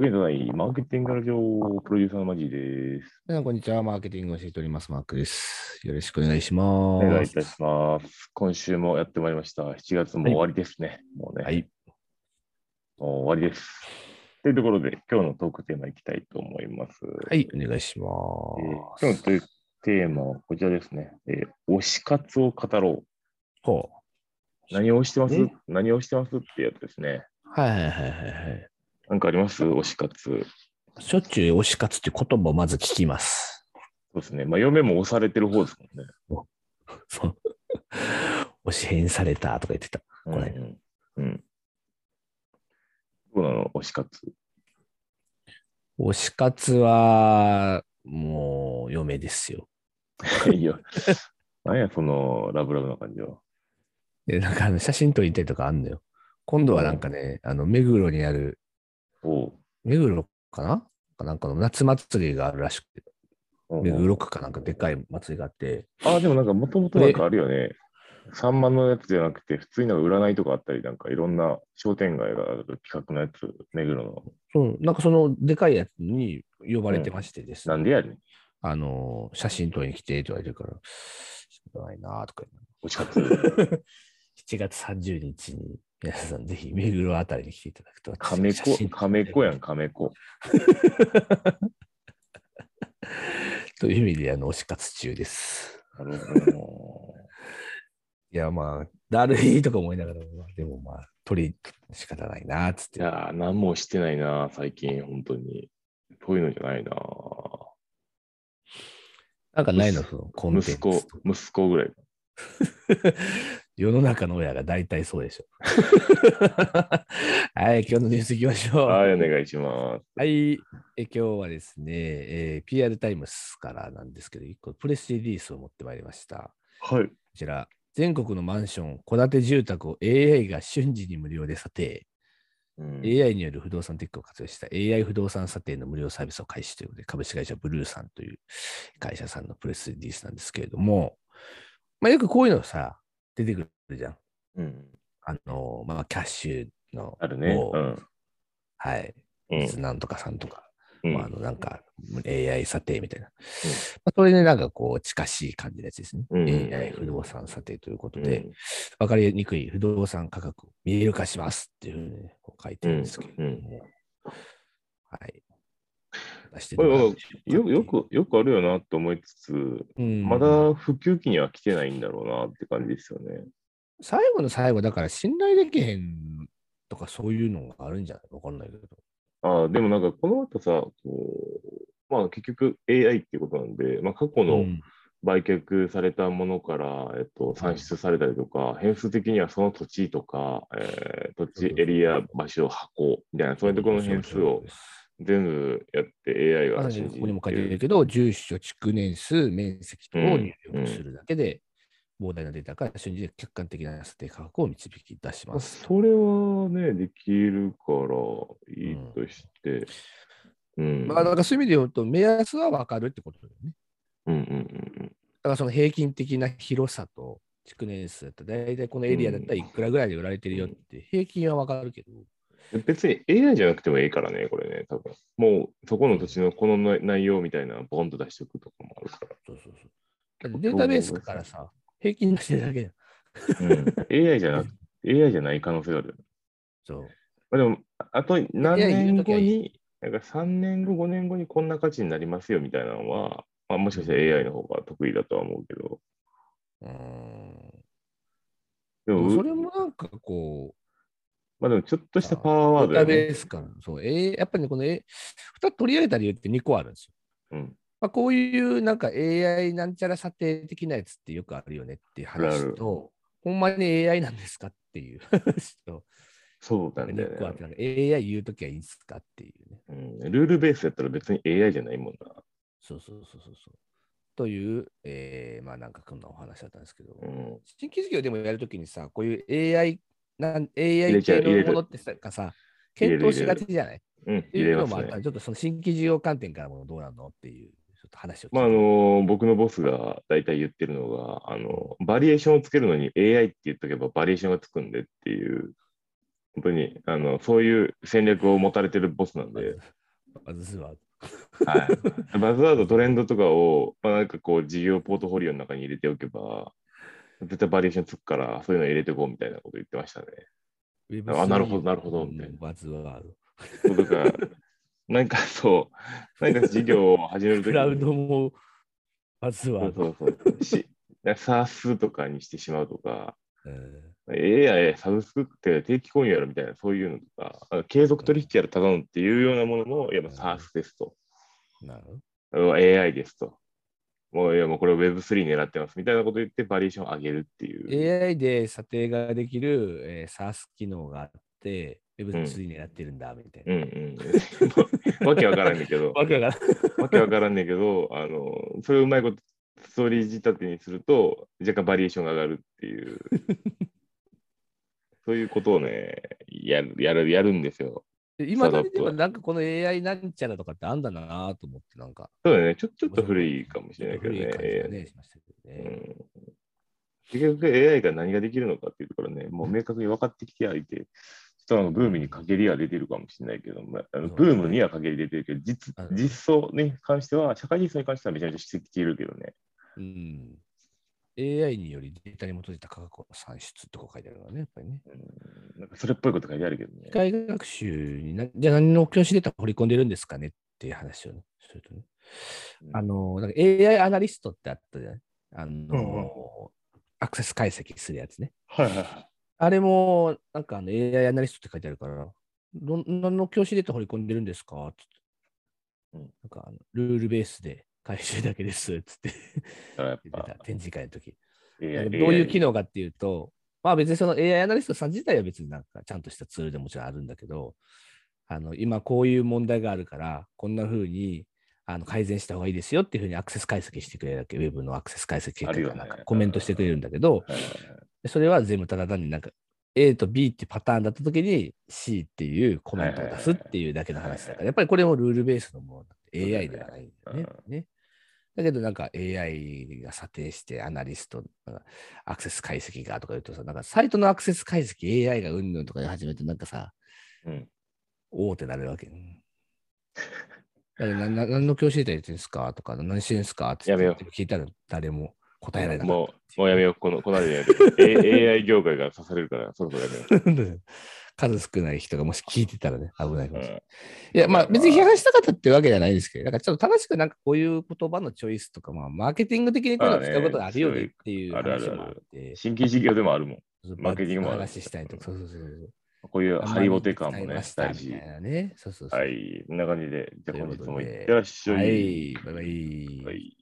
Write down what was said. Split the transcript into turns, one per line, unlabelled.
上のないマーケティングラジオプロデューサーのマジーです。
皆さん、こんにちは。マーケティングを教えております。マークです。よろしくお願いしま
お願いい
す。
たします。今週もやってまいりました。7月も終わりですね。もうね、
はい。
もう終わりです。というところで、今日のトークテーマいきたいと思います。
はい、お願いしま
えー今
す。
日のトークテーマはこちらですね。えー推し活を語ろ
ほ
う。何をしてます
ね
何をしてますってやつですね。
うはいはいはいはいはい。
なんかあります推し活。そう
しょっちゅう推し活っていう言葉をまず聞きます。
ですね。まあ、嫁も押されてる方ですもんね。
そう。 推し変されたとか言ってた。これ
うんうん。うん。どうなの推し活。
推し活は、もう、嫁ですよ。
いいよ。何や、そのラブラブな感じは。
で、なんかあの写真撮りたいとかあんのよ。今度はなんかね、あの、目黒にある、
おう。
目黒かななんかの夏祭りがあるらしくて、
うん
目黒区かなんかでかい祭りがあって、
あ、でもなんか、もともとなんかあるよね。3万のやつじゃなくて、普通になんか占いとかあったり、なんかいろんな商店街がある企画のやつ、目黒の。
そうなんかそのでかいやつに呼ばれてましてですね、
なんでやねん。
あの、写真撮りに来てって言われてる から、しょうがないなとか
推し活。
言って。7月30日に皆さんぜひ目黒あたりに来ていただくと。
亀
写
子、
真
亀子やん、亀子。
という意味で、あの、推し活中です。
なるほ
いや、まあ、だるいとか思いながら、まあでもまあ、撮り、仕方ないなっつっ
ど。い
て。
やー、何もしてないな、最近、本当に。そういうのじゃないな。
なんかないの、そのコンテン
息
ツと
子、息子ぐらい。
世の中の親が大体そう でしょ。はい、今日のニュースいきましょう。
はい、お願いします。
はい、え今日はですね、えー PR タイムスからなんですけど、1個プレスリリースを持ってまいりました。こ
はい。
ちら、全国のマンション、戸建て住宅を AI が瞬時に無料で査定、
うん、
AI による不動産テックを活用した AI 不動産査定の無料サービスを開始ということで、株式会社ブルーさんという会社さんのプレスリリースなんですけれども、まあ、よくこういうのさ、出てくるじゃん。
うん、
あの、まあ、キャッシュの、
あるね。
を
うん。
はい、
うん
なんとかさんとか、
うん
まあ、あのなんか AI 査定みたいな。まあ、それでなんかこう近しい感じのやつですね。
うん
AI 不動産査定ということ
う
で、
ん
わかりにくい不動産価格を見える化しますっていうふうにねこう書いてるんですけれども。はい。出して
これ
どうなん
よ
でしょうかっていう
よ、くよくあるよなと思いつつ、
うん
まだ普及期には来てないんだろうなって感じですよね。
最後の最後だから信頼できへんとかそういうのがあるんじゃないわかんないけど。
ああでもなんかこの後さ、こうまあ、結局 AI っていうことなんで、まあ、過去
う
の
ん
売却されたものから、えっと、算出されたりとか、変数的にはその土地とか、えー土
そうそう
地、エリア、場所、箱みたいな、そういうところの変数を全部やって AI
ま
が
さに
信じ
ここにも書いてあるけど、住所、築年数、面積等を入力するだけで、膨大なデータから瞬時で客観的な査定価格を導き出し
まあ
ます。
それはね、できるからいいとして。うん。
まあ、だからそういう意味で言うと、目安は分かるってことだよね。
うんうんうん
だからその平均的な広さと築年数だったら、大体このエリアだったらいくらぐらいで売られてるよって、平均は分かるけど、
うん。別に AI じゃなくてもいいからね、これね、多分。もうそこの土地のこの内容みたいなのボンと出しておくとかもあるか
そうそうそう。だってデータベースからさ、平均出してるだけだよ。
ら。うん、AI じゃなく AI じゃない可能性がある。
そう。
まあ、でも、あと何
AI 言
年
うとき
後
はいい
に、なんか3年後、5年後にこんな価値になりますよみたいなのは、まあ、もしかしたら AI の方が得意だとは思うけど。
うーん。
で
で
も、
もそれもなんかこう、
まあでもちょっとした
あー
パワーワード
データ
だよ
ベ
ね
ー。スから。そう。えーやっぱりね、この、えー、2つ取り上げた理由って2個あるんですよ。
うん。
まあ、こういうなんか AI なんちゃら査定的なやつってよくあるよねっていう
ある
話
ある
と、ほんまに AI なんですかっていう 話と、
そうなんだよ
2個あ
ね
って、。なんか AI 言うときはいいんすかっていうね。
うん、ルールベースやったら別に AI じゃないもんな。
そうそうそうそうそう。という、えーまあなんかこんなお話だったんですけど、
うん、
新規事業でもやるときにさ、こういう AI、なん
れ
AI
ちゃう
系
入れる
のものってさ、かさ
入れる
検討しがちじゃない
うん、
って
入
い
れ
うの
ま
もあ
す
った
ね。
ちょっとその新規事業観点からもどうなのっていうちょっと話を聞いて
まああのー僕のボスが大体言ってるのが、あのーバリエーションをつけるのに AI って言っとけばバリエーションがつくんでっていう本当に、あの、そういう戦略を持たれてるボスなんで、
バズは。
はい、バズワード、トレンドとかを、まあ、なんかこう、事業ポートフォリオの中に入れておけば、絶対バリエーションつくから、そういうの入れていこうみたいなこと言ってましたね。あなるほどなるほどみたいな
バズワード。
とか、なんかそう、なんか事業を始めると
ク
き
ラウ
に、
ドもバズワ
そ
ー
う
ド。
そうそう、しなんかサースとかにしてしまうとか、
うん
ええやえ、サブスクって定期購入やろみたいな、そういうのとか、あ継続取引やら頼むっていうようなものも、いやっぱサースですと、
なるほど。
AI ですと、もういやもうこれ Web3 狙ってますみたいなこと言って、バリエーション上げるっていう。
AI で査定ができる、えー、SaaS 機能があって、Web3 狙ってるんだ、みたいな。
うん うん。わけわからんねんけど、
わけわからん
わけわからんねんけど、 あの、それをうまいこと、ストーリー仕立てにすると、若干バリエーションが上がるっていう、 そういうことをね、やる、やる、やるんですよ。
で今だに
スタ
で
ートアップ
も
は
なんかこの AI なんちゃらとかってあんだなと思って、なんか。
そうだね、ちょちょっと古いかもしれないけど
古い感じ
ね。
がね、しましたけど
う
ね。
ん結局 AI が何ができるのかっていうところね、もう明確に分かってきてあいて、ちょっとあのブームに陰りは出てるかもしれないけど、まあ、あの
そう
ブームには陰り出てるけど、実
あの
実装に関しては、社会実装に関してはめちゃめちゃ指摘しているけどね。
うん。AI によりデータに基づいた価格を算出とか書いてあるからね、やっぱりね。
うん、なんかそれっぽいこと書いてあるけどね
機。械学習にな、じゃあ何の教師データを掘り込んでるんですかねっていう話をね、するとね。
うん
あの、なんか AI アナリストってあったじゃないあ
うんうん
の、アクセス解析するやつね。
はいはいはい。
あれも、なんかあの AI アナリストって書いてあるから、ど何の教師データ掘り込んでるんですかつって。
うん
なんかあのルールベースで回収だけです。つって
だからやっ
言って
ぱ
た、展示会の時。
AI
なんかどういう機能かっていうと、まあ別にその AI アナリストさん自体は別になんかちゃんとしたツールでもちろんあるんだけど、あの今こういう問題があるから、こんな風にあの改善した方がいいですよっていう風にアクセス解析してくれるだけ、ウェブのアクセス解析結
ある
果
よ
か
ね
なんかコメントしてくれるんだけど、
はいはいはい
でそれは全部ただ単になんか A と B ってパターンだった時に C っていうコメントを出すっていうだけの話だから、やっぱりこれもルールベースのものだって
そうだ
AI
よね
ではないんだよね。ねだけどなんか AI が査定してアナリストがアクセス解析がとか言うとさ、なんかサイトのアクセス解析 AI がうんぬんとか言い始めてなんかさ、
うん
おーってなるわけ。だからなな何の教師でやってるんですかとか、何してるんですかって
やめよう
聞いたら誰も答えられなかった。
もう、もうやめよう。この、この間や る。A- AI 業界が刺されるから、そろそろやめよう。
数少ない人がもし聞いてたらね、危ないか
う
もしれない。
ん
いや、まあ別に批判したかったってわけじゃないですけど、なんかちょっと正しくなんかこういう言葉のチョイスとか、まあマーケティング的にこういうの使うことあるよねっていう
あるあ
話
るある
もあって、
新規事業でもあるもん。マ
マー
ー
ケ
ケテ
テ
ィ
ィ
ング
ングの
もある
話したいとか、そうそうそう。
こういう
そう
ハリボテ感も
あんま
ね
り、使い
大
ました
事
み。たいなね。そうそうそう。
は。い。こんな感じで、じゃあ本日もいってらっしゃ。
はいい、バイバイ。
はい